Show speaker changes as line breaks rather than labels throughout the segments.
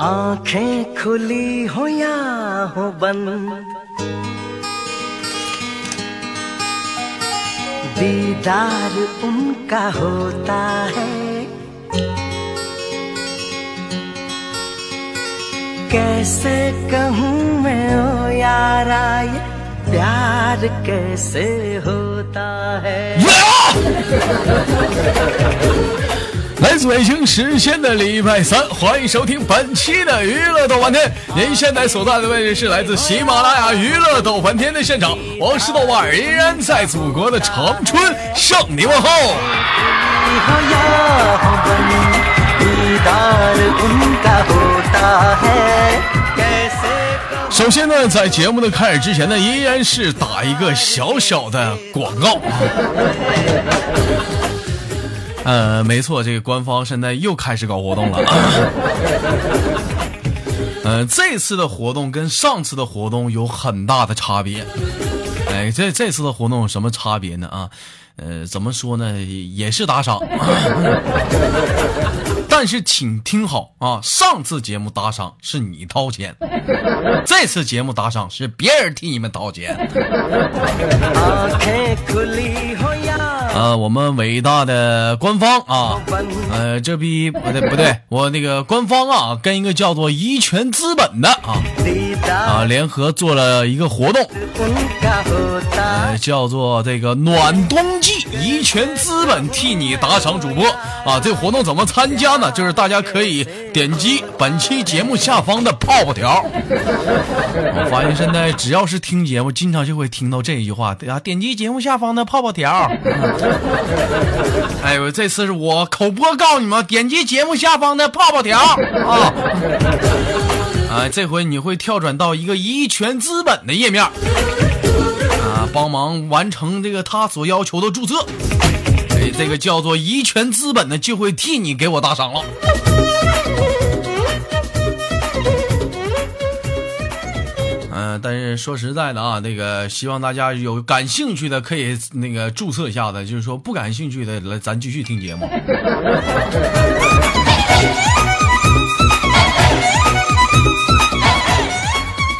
आंखें खुली हो या हो बंद दीदार उनका होता है कैसे कहूँ मैं ओ यारा ये प्यार कैसे होता है
来自北京时间的礼拜三，欢迎收听本期的娱乐逗翻天。您现在所在的位置是来自喜马拉雅娱乐逗翻天的现场，我是豆瓣儿，依然在祖国的长春向你问候。
हो या हो बंद दीदार उनका होता है कैसे कहूँ
首先呢，在节目的开始之前呢，依然是打一个小小的广告。呃，没错，这个官方现在又开始搞活动了。 呃，这次的活动跟上次的活动有很大的差别。哎，这这次的活动有什么差别呢？啊，呃，怎么说呢，也是打赏。 但是请听好啊，上次节目打赏是你掏钱，这次节目打赏是别人替你们掏钱。
आंखें खुली हो या
呃，我们伟大的官方啊，
बंद
呃，这逼不 对不对，我那个官方啊，跟一个叫做一泉资本的啊啊
दीदार
联合做了一个活动，
उनका होता
呃，叫做这个暖冬季怡泉资本替你打赏主播啊。这活动怎么参加呢？就是大家可以点击本期节目下方的泡泡条。我发现现在只要是听节目，经常就会听到这一句话啊，点击节目下方的泡泡条。哎呦，这次是我口播告诉你们，点击节目下方的泡泡条啊。啊，这回你会跳转到一个怡泉资本的页面。啊，帮忙完成这个他所要求的注册。哎，这个叫做怡泉资本的就会替你给我打赏了。嗯、但是说实在的啊，那个希望大家有感兴趣的可以那个注册一下子，就是说不感兴趣的来咱继续听节目。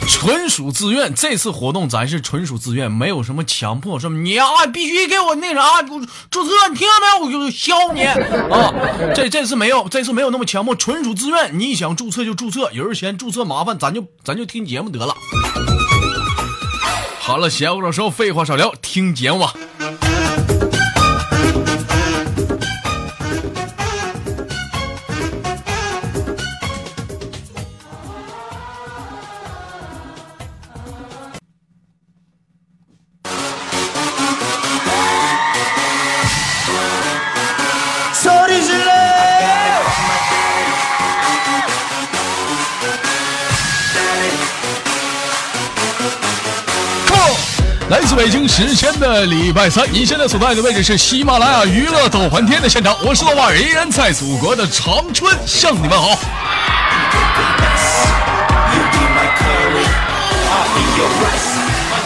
纯属自愿，这次活动咱是纯属自愿，没有什么强迫，说你啊必须给我那啥注注册，你听到没有？我就削你啊！这这次没有，这次没有那么强迫，纯属自愿，你想注册就注册，有人嫌注册麻烦，咱就咱就听节目得了。好了，闲话少说，废话少聊，听节目吧。来自北京时间的礼拜三，您现在所在的位置是喜马拉雅娱乐斗翻天的现场，我是豆瓣儿，依然在祖国的长春向你们好。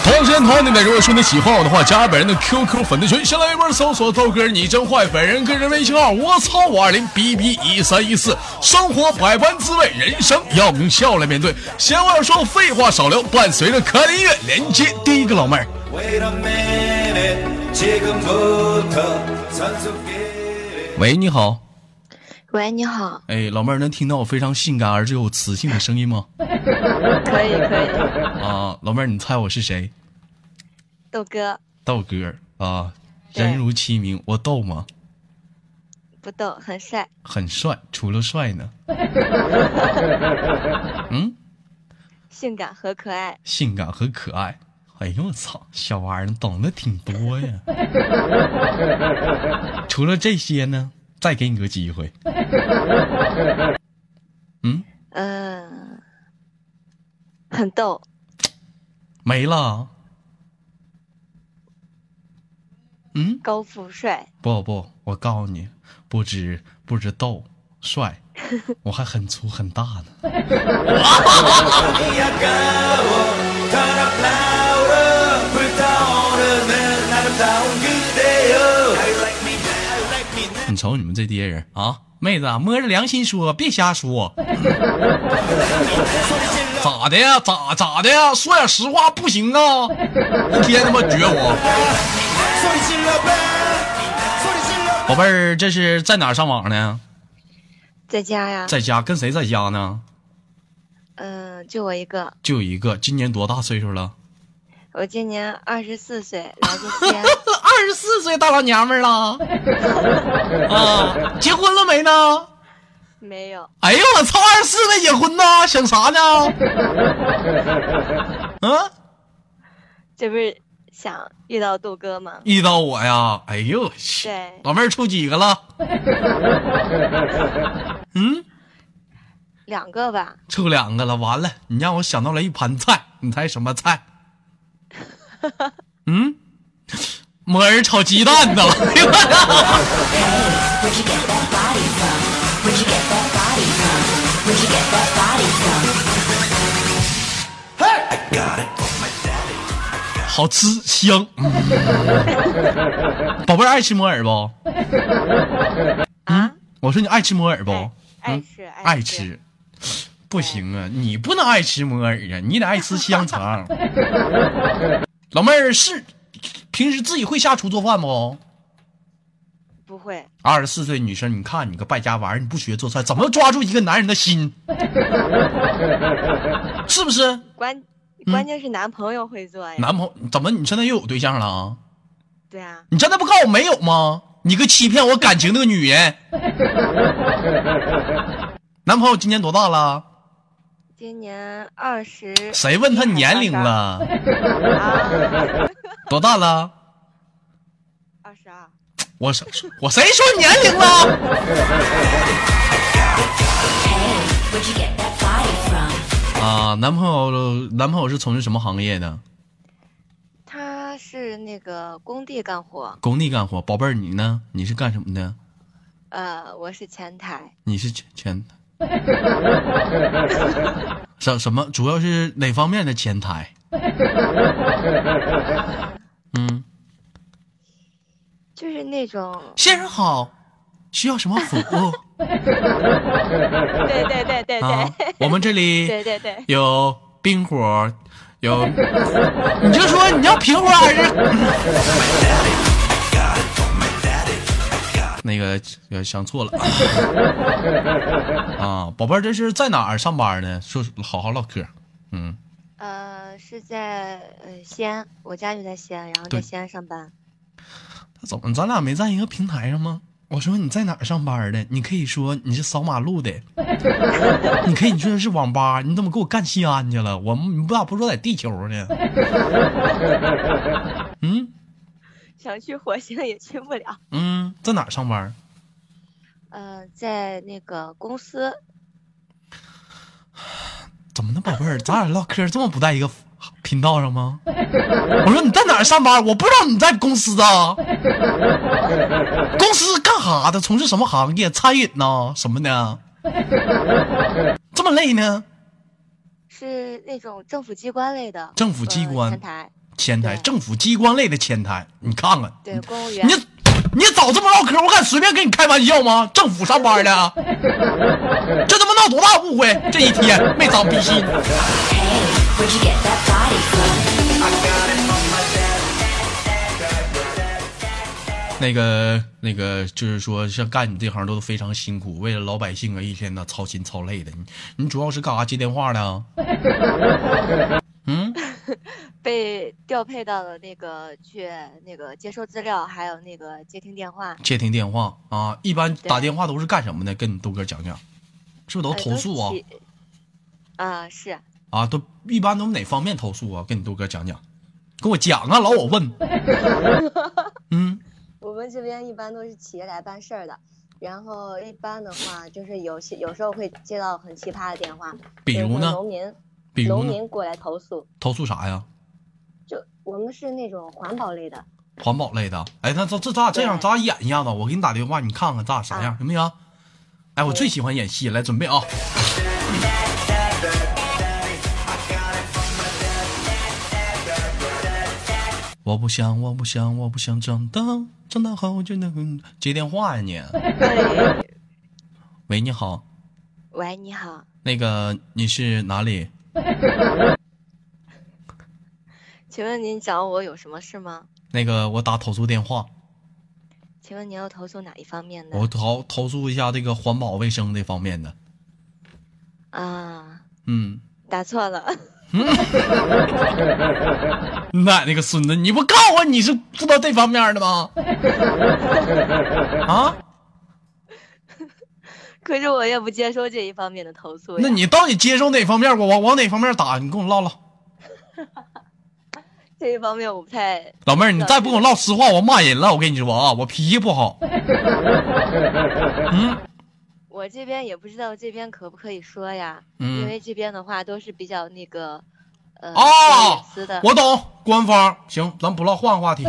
同样时间同样地点，如果说你喜欢我的话，加本人的 QQ 粉丝群，先来一波搜索豆哥你真坏，本人个人微信号我操五二零 bb 一三一四。生活百般滋味，人生要用笑来面对。闲话少说，废话少聊，伴随着可爱的音乐连接第一个老妹儿。
Wait a minute, 지금부터 선수끼리
喂，你好，
喂，你好，
哎，老妹儿能听到我非常性感而又有磁性的声音吗？
可以可以，
啊，老妹儿，你猜我是谁？
豆哥
豆哥儿啊，
对
人如其名，我逗吗？
不逗，很帅，
很帅，除了帅呢，
性感和可爱，
性感和可爱。哎呦我操，小玩意儿懂得挺多呀。 除了这些呢，再给你个机会。
嗯、很逗，
没了，
高富帅，
不不，我告诉你，不止不止逗帅，我还很粗很大呢。
아까워 더럽 나오라 불타오르는 아름다운 그대여 I like me now, I like me now
你瞅你们这些人啊，妹子啊，摸着良心说，别瞎说。咋的呀？咋咋的呀？说点实话不行啊！一天他妈撅我，
소리 질러 봐 소리 질러
宝贝儿，这是在哪儿上网呢？
在家呀，
在家跟谁在家呢？
嗯，就我一个。
就有一个，今年多大岁数了？
我今年二十四岁，来自 西安，
二十四岁大老娘们儿了啊！结婚了没呢？
没有，
哎呦我操，二十四没结婚呢，想啥呢？嗯，
这不是想遇到豆哥吗？
遇到我呀？哎呦我去
对，
老妹儿处几个了？嗯，
两个吧，
处两个了，完了，你让我想到了一盘菜，你猜什么 菜？嗯，木耳炒鸡蛋 呢？好吃 香，宝贝儿爱吃木耳不？嗯
啊，
我说你爱吃木耳不？
爱爱
嗯
吃
爱
爱吃
吃，不行啊，你不能爱吃木耳啊，你得爱吃香肠。老妹儿是平时自己会下厨做饭不？
不会，
二十四岁女生，你看你个败家玩意儿，你不学做菜，怎么抓住一个男人的心？是不是？
关关键是男朋友会做呀。
嗯男朋友怎么你现在又有对象了啊？
对啊，
你真的不告诉我没有吗？你个欺骗我感情的女人！男朋友今年多大了？
今年二十。
谁问他年龄了？
啊，
多大了？
二十二。
我谁我谁说年龄了？啊，男朋友男朋友是从事什么行业的？
他是那个工地干活，
工地干活。宝贝儿，你呢？你是干什么的？
呃，我是前台，
你是前前什什么？主要是哪方面的前台？嗯，
就是那种，
先生好，需要什么服务？
对对对对
啊
对，
我们这里
对对对
有冰火，有，你就说你要平火还是 那个呃想错了 啊，宝贝儿，这是在哪儿上班呢？说好好唠嗑，嗯，
呃，是在呃西安，我家就在西安，然后
对
在西安上班，
怎嗯么咱俩没在一个平台上吗？我说你在哪儿上班的？你可以说你是扫马路的，你可以说是网吧，你怎么给我干西安去了？我们你咋不说在地球呢？嗯
想去火星也去不了，
嗯，在哪儿上班？
呃，在那个公司，
怎么的，宝贝儿，咱俩唠嗑这么不在一个频道上吗？我说你在哪儿上班？我不知道你在公司啊。公司干啥的？从事什么行业？餐饮呐？什么的？这么累呢？
是那种政府机关类的，
政府机
呃
关
前台，
前台，
对
政府机关类的前台，你看看，
对，公务员
你，你早这么唠嗑，我敢随便跟你开玩笑吗？政府上班 的，啊这他妈闹多大误会？这一天没长逼心。那个那个，就是说，像干你这行都非常辛苦，为了老百姓啊，一天呢操心操累的。你你主要是干啥接电话的啊？嗯，
被调配到了那个去那个接收资料，还有那个接听电话，
接听电话啊，一般
对
打电话都是干什么的？跟你豆哥讲讲，是不是都
呃
投诉啊？？
都起啊，是，
啊，都一般都哪方面投诉啊？跟你豆哥讲讲，跟我讲啊，老我问。嗯，
我们这边一般都是企业来办事儿的，然后一般的话就是有些有时候会接到很奇葩的电话，
比
有
如
时候
呢？
农民
比如
农
呢？
民过来投诉，
投诉啥呀？
就我们是那种环保类的，
环保类的。哎，那这这咱俩这样，
对
咱俩演一下子，我给你打电话，你看看咱俩啥样，行不行？哎，我最喜欢演戏，来准备啊！我不想，我不想，我不想长大，长大后就能接电话呀你。
哎
喂，你好，
喂，你好，
那个你是哪里？
请问您找我有什么事吗？
那个我打投诉电话，
请问您要投诉哪一方面的
我？投投诉一下这个环保卫生这方面的。
啊，
嗯，
打错了，
你奶奶个孙子，你不告诉我你是知道这方面的吗？啊？
可是我也不接收这一方面的投诉呀。
那你到底接受哪方面？我往往哪方面打？你跟我唠唠。
这一方面我不太
老妹儿，你再不跟我唠实话，我骂人了。我跟你说啊，我脾气不好。
我这边也不知道这边可不可以说呀，
嗯
因为这边的话都是比较那个，呃，有
哦
隐私的，
我懂，官方行，咱不唠，换个话题。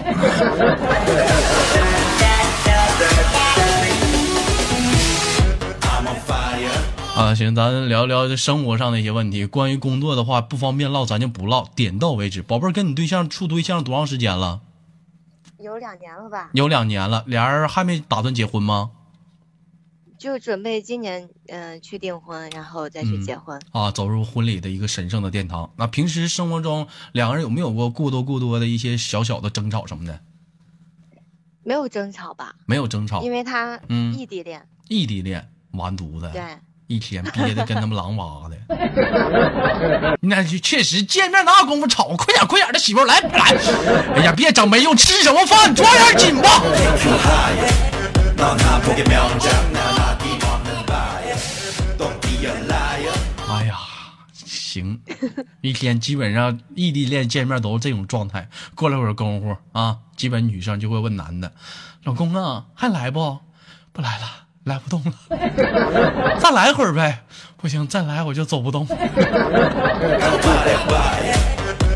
啊，行，咱聊聊这生活上的一些问题。关于工作的话，不方便唠，咱就不唠，点到为止。宝贝儿，跟你对象处对象多长时间了？
有两年了吧，
有两年了，俩人还没打算结婚吗？
就准备今年嗯、呃去订婚，然后再去结婚。
啊，走入婚礼的一个神圣的殿堂。那平时生活中，两个人有没有过过多过多的一些小小的争吵什么的？
没有争吵吧，
没有争吵
因，为他
嗯
异地恋，
异地恋完犊子。
对，
一天憋得跟他们狼哇的。 那就确实见面哪有功夫吵？快点，快点的，媳妇儿来来！哎呀，别整没用，吃什么饭？抓点紧吧。
나나보게 명장 난 어디 없는 바야 Don't be a liar
哎呀，行，一天基本上异地恋见面都是这种状态。过了会儿功夫啊，基本女生就会问男的：“老公啊，还来不？不来了，来不动了， 再来会儿呗。不行，再来我就走不动。”
Go 말해봐야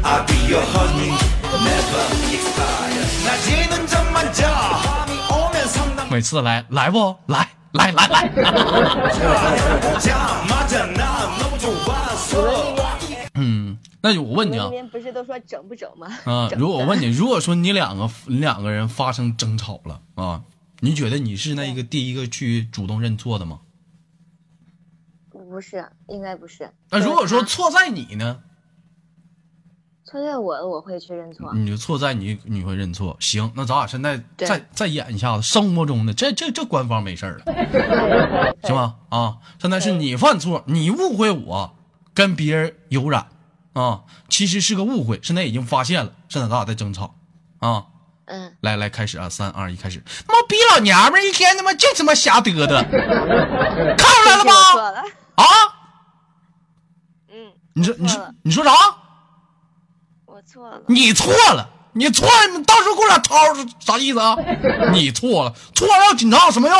I'll be your honey Never expire 낮에는 잠만 자 밤이 오면 상담
每次来来不来来来来，
자자마자 난 너무 좋아서
嗯，那我问
你
你
们
啊
那。边不是都说整不整吗？
啊，
整
如果我
的
问你，如果说你两个你两个人发生争吵了啊，你觉得你是那一个第一个去主动认错的吗？
不是，应该不是。
那如果说
就是
错在你呢，
他错在我了，我会去认错。
你就错在你你会认错。行，那咱俩现在
对
再再演一下子生活中的，这这这官方没事儿了，
对
行？吧？啊，现在是你犯错，你误会我跟别人有染啊，其实是个误会，现在已经发现了，现在咱俩在争吵啊。
对嗯，
来来，开始啊！三二一，开始！妈逼老娘们儿，一天他妈就他妈瞎嘚 嘚，看出来了
嗯这我
吧？
错了。
啊！
嗯，
你说
我
你说你说
错了，
啥？
我错了。
你错了，你错了！你到时候给我俩吵吵啥意思 啊？你错了，错了要警察有什么用？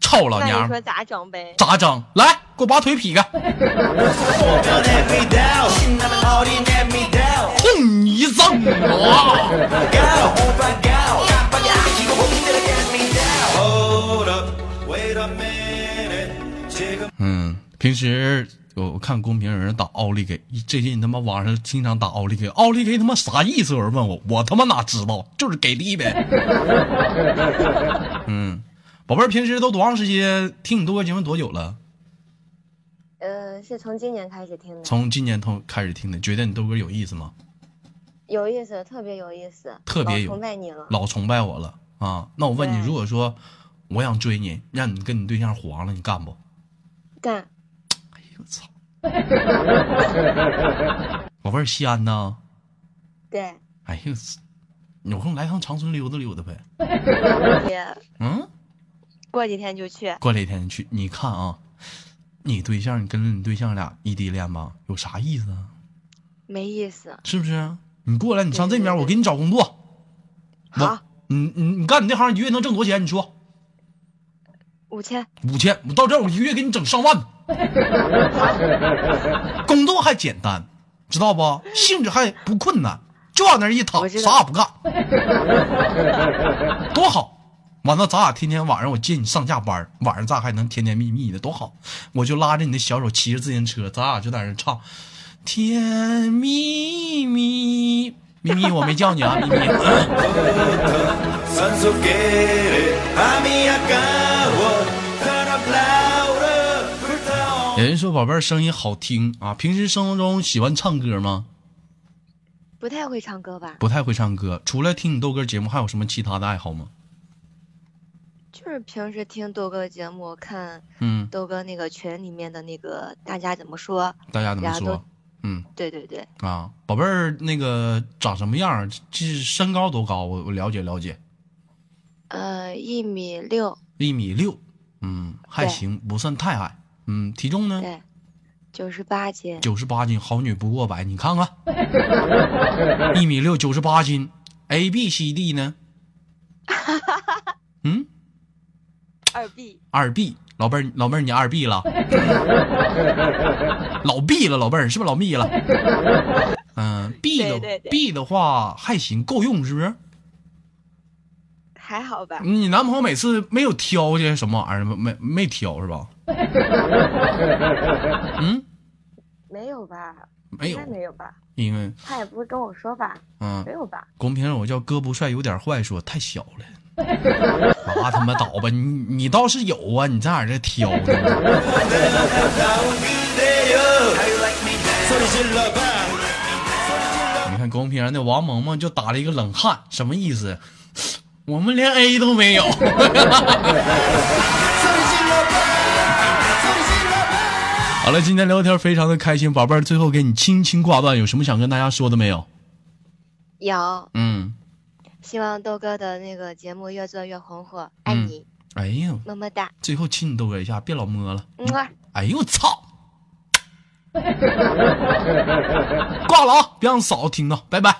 臭老
那你
娘
说
们，
咋整呗？
咋整？来，给我把腿劈开，
오면 everyday 신나면 어린 everyday
痛你一 脏啊！
가오 오바가오 깜빡이 안 켜고 혼내려 get me down Hold up wait a minute 지금
嗯，平时我我看公屏有人打奥利给，最近他妈网上经常打奥利给，奥利给他妈啥意思？有人问我，我他妈哪知道？就是给力呗。 嗯，宝贝儿，平时都多长时间听你豆哥节目多久了？
呃，是从今年开始听的，
从今年头开始听的，觉得你豆哥有意思吗？
有意思，特别有意思，
特别
老
有
崇拜你了。
老崇拜我了啊！那我问你，
对
如果说我想追你，让你跟你对象黄了，你干 不？
干，
我操！宝贝儿，西安呢？
对，
哎呦，有空来趟长春溜达溜达呗。
也
嗯，
过几天就去。
过两天去，你看啊，你对象，你跟你对象俩异地恋吧，有啥意思啊？
没意思。
是不是？你过来，你上这
对对
边，
对
我给你找工作。我
好，，
你你你干你这行，一月能挣多少钱？你说
五千，
五千，我到这儿我一个月给你整上 万。工作还简单，知道不？性质还不困难，就往那儿一躺，
我知道
啥也不干，多好！完了，咱俩天天晚上我接你上下班儿，晚上咱俩还能甜甜蜜蜜的，多好！我就拉着你的小手，骑着自行车，咱俩就在那儿唱《甜蜜蜜》。咪咪，我没叫你啊，咪 咪。
선수 깨를 밤이 아까워
菲宝贝儿声音好听啊！平时生活中喜欢唱歌吗？
不太会唱歌吧？
不太会唱歌。除了听你豆哥节目，还有什么其他的爱好吗？
就是平时听豆哥节目，看
嗯，
豆哥那个群里面的那个大家怎么说？
大家怎么
大家
说
都？
嗯
对对对，
啊，宝贝儿，那个长什么样？这身高多高？我我了解了解，
呃，一米六，
一米六，嗯，还
对
行，不算太矮。嗯，体重呢？
对，九十八斤，
九十八斤，好女不过百，你看看，一米六，九十八斤，A B C D 呢？嗯，
二 B，
二 B，老妹儿，老妹儿你二 B 了，老 B 了，老妹儿是不是老蜜了？嗯、b 的
对对对
B 的话还行，够用是不是？
还好吧？
你男朋友每次没有挑些什么玩意儿吗，没没挑是吧？嗯，
没有吧？
没有
应该，没有吧？
因为
他也不会跟我说吧？
嗯
没，有吧？
公屏上我叫哥不帅有点坏说太小了，拉他妈倒吧！你你倒是有啊，你在哪儿这挑呢？
소리 질러봐
你看公屏上那王萌萌就打了一个冷汗，什么意思？我们连 A 都没有。好了，今天聊天非常的开心，宝贝儿，最后给你轻轻挂断，有什么想跟大家说的没有？
有，
嗯，
希望豆哥的那个节目越做越红火，爱
嗯
你，
哎呦，
么么哒，
最后亲你豆哥一下，别老摸了。
么、啊。
哎呦我操！挂了啊，别让嫂子听到，拜拜。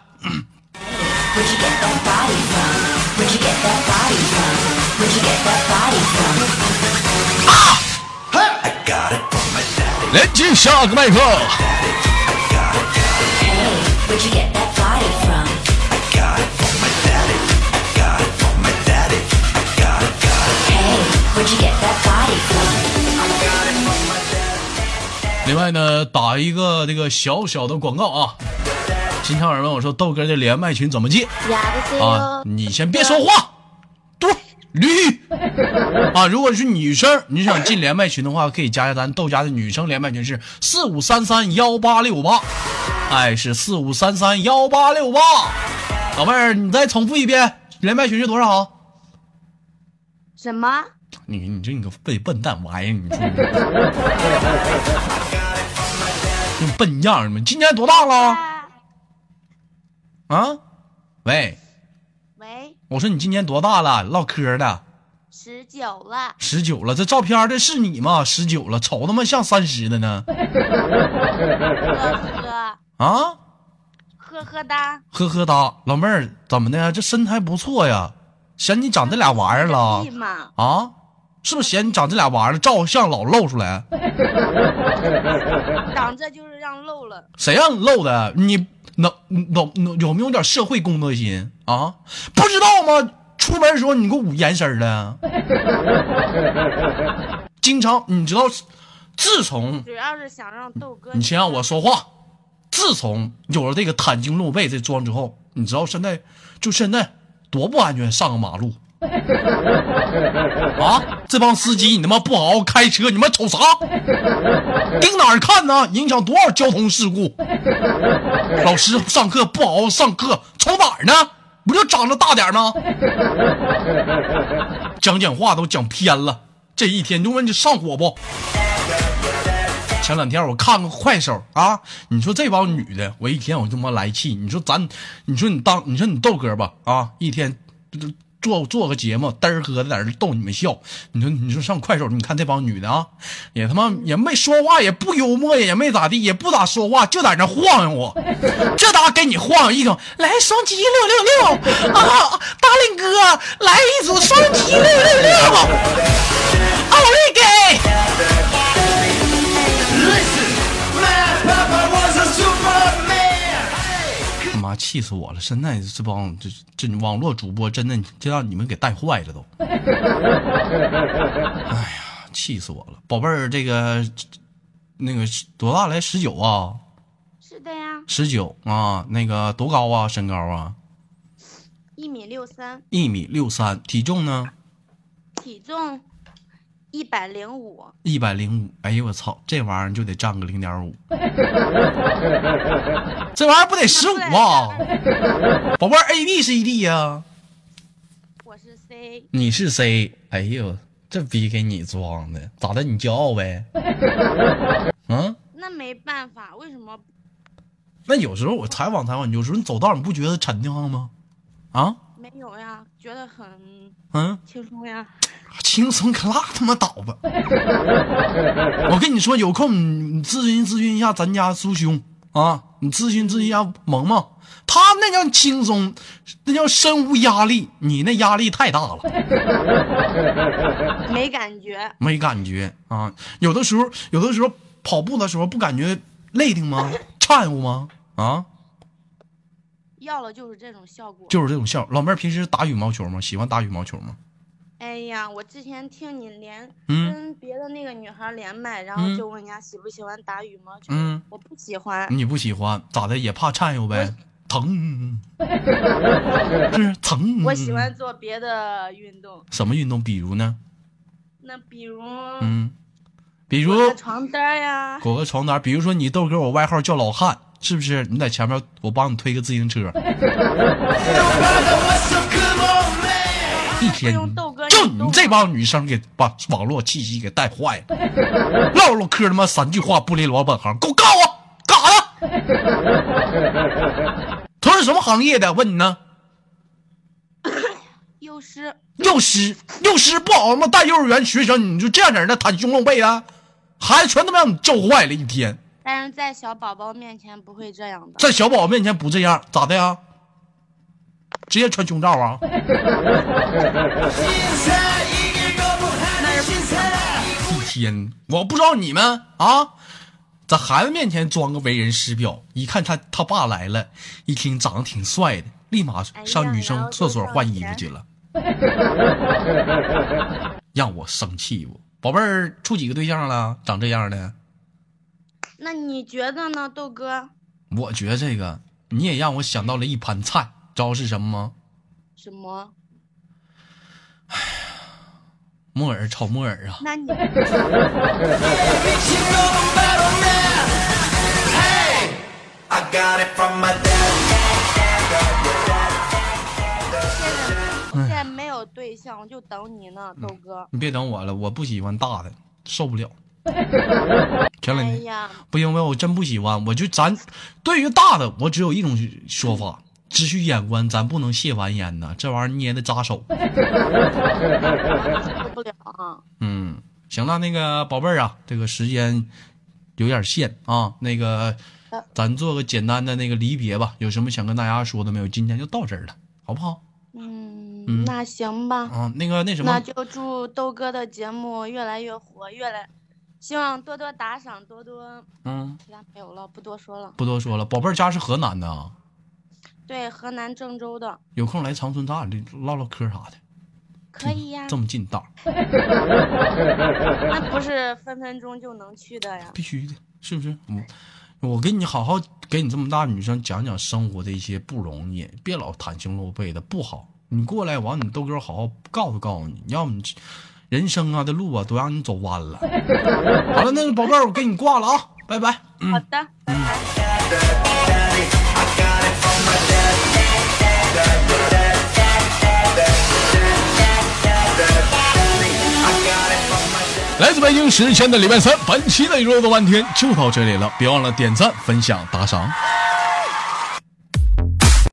Ah! 连接下个麦克。另外呢，打一个这个小小的广告啊。今天有人问我说豆哥的连麦群怎么进啊？你先别说话，多驴啊！如果是女生，你想进连麦群的话，可以加加咱豆家的女生连麦群是四五三三幺八六八，哎，是四五三三幺八六八。老妹儿，你再重复一遍，连麦群是多少？
什么？
你你这你个笨笨蛋玩意儿，你说你，那笨样儿你们今年多大了啊？喂，
喂，
我说你今年多大了？唠嗑的，
十九了，
十九了。这照片儿这是你吗？十九了，瞅他妈像三十的呢。
呵呵
啊，
呵呵哒，
呵呵哒，老妹儿怎么的？这身材不错呀，嫌你长这俩玩意儿了
屁嘛，
啊？是不是嫌你长这俩玩意儿，照相老露出来？
长这就是让漏了，
谁让你露的？你能能能有没有点社会工作心啊？不知道吗？出门的时候你给我捂严丝儿的，经常你知道，自从
主要是想让豆哥。
你先让我说话，自从有了这个袒胸露背这装之后，你知道现在就现在多不安全，上个马路。啊！这帮司机，你他妈不好好开车，你们瞅啥？盯哪儿看呢？影响多少交通事故？老师上课不好好上课，瞅哪儿呢？不就长着大点儿吗？讲讲话都讲偏了，这一天就问你上火不？前两天我看个快手啊，你说这帮女的，我一天我他妈来气。你说咱，你说你当，你说你豆哥吧啊，一天就是做做个节目，嘚儿喝的在这逗你们笑。你说你说上快手，你看这帮女的啊，也他妈也没说话，也不幽默，也没咋地，也不咋说话，就在那晃悠我。这搭给你晃悠一整，来双击六六六啊，大林哥来一组双击六六六，奥利给！他妈气死我了！现在这帮这这网络主播真的，这让你们给带坏了都。哎呀，气死我了！宝贝儿，这个那个多大来？十九啊，
是的呀，
十九啊，那个多高啊？身高啊？
一米六三，
一米六三，体重呢？
体重一百零五，
一百零五，哎呦我操，这玩意儿就得占个零点五，这玩意儿不得十五啊？宝贝儿，A D 是 E D 呀、
我是 C，
你是 C，哎呦，这逼给你装的，咋的？你骄傲呗？嗯，
那没办法，为什么？
那有时候我采访采访，有时候你走道你不觉得沉的慌吗？啊，
没有呀，觉得很
嗯，
轻松呀。
轻松可拉他妈倒吧！我跟你说，有空你咨询咨询一下咱家苏兄啊，你咨询咨询一下萌萌，他那叫轻松，那叫身无压力，你那压力太大了。
没感觉，
没感觉啊。有的时候，有的时候跑步的时候不感觉累挺 吗？颤乎吗？啊，
要了就是这种效果。
就是这种效。老妹儿平时打羽毛球吗？喜欢打羽毛球吗？
哎呀，我之前听你连
嗯
跟别的那个女孩连麦，然后
嗯
就问人家喜不喜欢打羽毛球，
嗯
我不喜欢，
你不喜欢，咋的？也怕颤悠呗？ 疼，是疼。
我喜欢做别的运动，
什么运动？比如呢？
那比如
嗯，比如
滚个床单儿呀，
裹个床单。比如说你豆哥，我外号叫老汉，是不是？你在前面，我帮你推个自行车，一
不
天
用豆哥
就
动
哎你这
啊
帮女生给把网络气息给带坏了，唠唠嗑他妈三句话不离老本行，给我告啊我干啥呢？从事什么行业的？问你呢？
幼师
幼师，幼师不好他妈带幼儿园学生，你就这样人的袒胸露背的，孩子全他妈让你教坏了一天，
但是在小宝宝面前不会这样的。
在小宝面前不这样，咋的呀？直接穿胸罩 啊？一天，我不知道你们啊，在孩子面前装个为人师表，一看他他爸来了，一听长得挺帅的，立马上女生厕所换衣服去 了，让我生气我。宝贝儿处几个对象了？长这样的，
那你觉得呢，豆哥？
我觉得这个你也让我想到了一盘菜，知道是什么吗？
什么？
木耳炒木耳啊！
那你现在没有对象，我就等你
嗯
呢，豆哥。
你别等我了，我不喜欢大的，受不 了。前两
哎
天。
呀，
不因为我真不喜欢，我就咱对于大的，我只有一种说法，只许眼观，咱不能亵玩焉呐，这玩意儿捏的扎 手。
受不了啊！
嗯，行了，那个宝贝儿啊，这个时间有点限啊，那个
呃
咱做个简单的那个离别吧，有什么想跟大家说的没有？今天就到这儿了，好不好？嗯
嗯，那行吧，
啊，那个那什
那
么，
就祝豆哥的节目越来越火，越来，希望多多打赏，多多，
嗯，
其他没有了，不多说了。
不多说了，宝贝儿家是河南的啊，
对，河南郑州的，
有空来长春咱俩唠唠嗑啥的，
可以呀
这，么近道儿，
那不是分分钟就能去的呀。
必须的，是不是？嗯我我给你好好给你这么大女生讲讲生活的一些不容易，别老袒胸露背的不好。你过来完，你豆哥好好告诉告诉你，要么人生啊的路啊都让你走弯了。 好了，那个宝贝儿，我给你挂了啊，拜拜。嗯
好。的，拜拜。
来自北京时间的礼拜三，本期的娱乐多半天就到这里了，别忘了点赞、分享、打赏。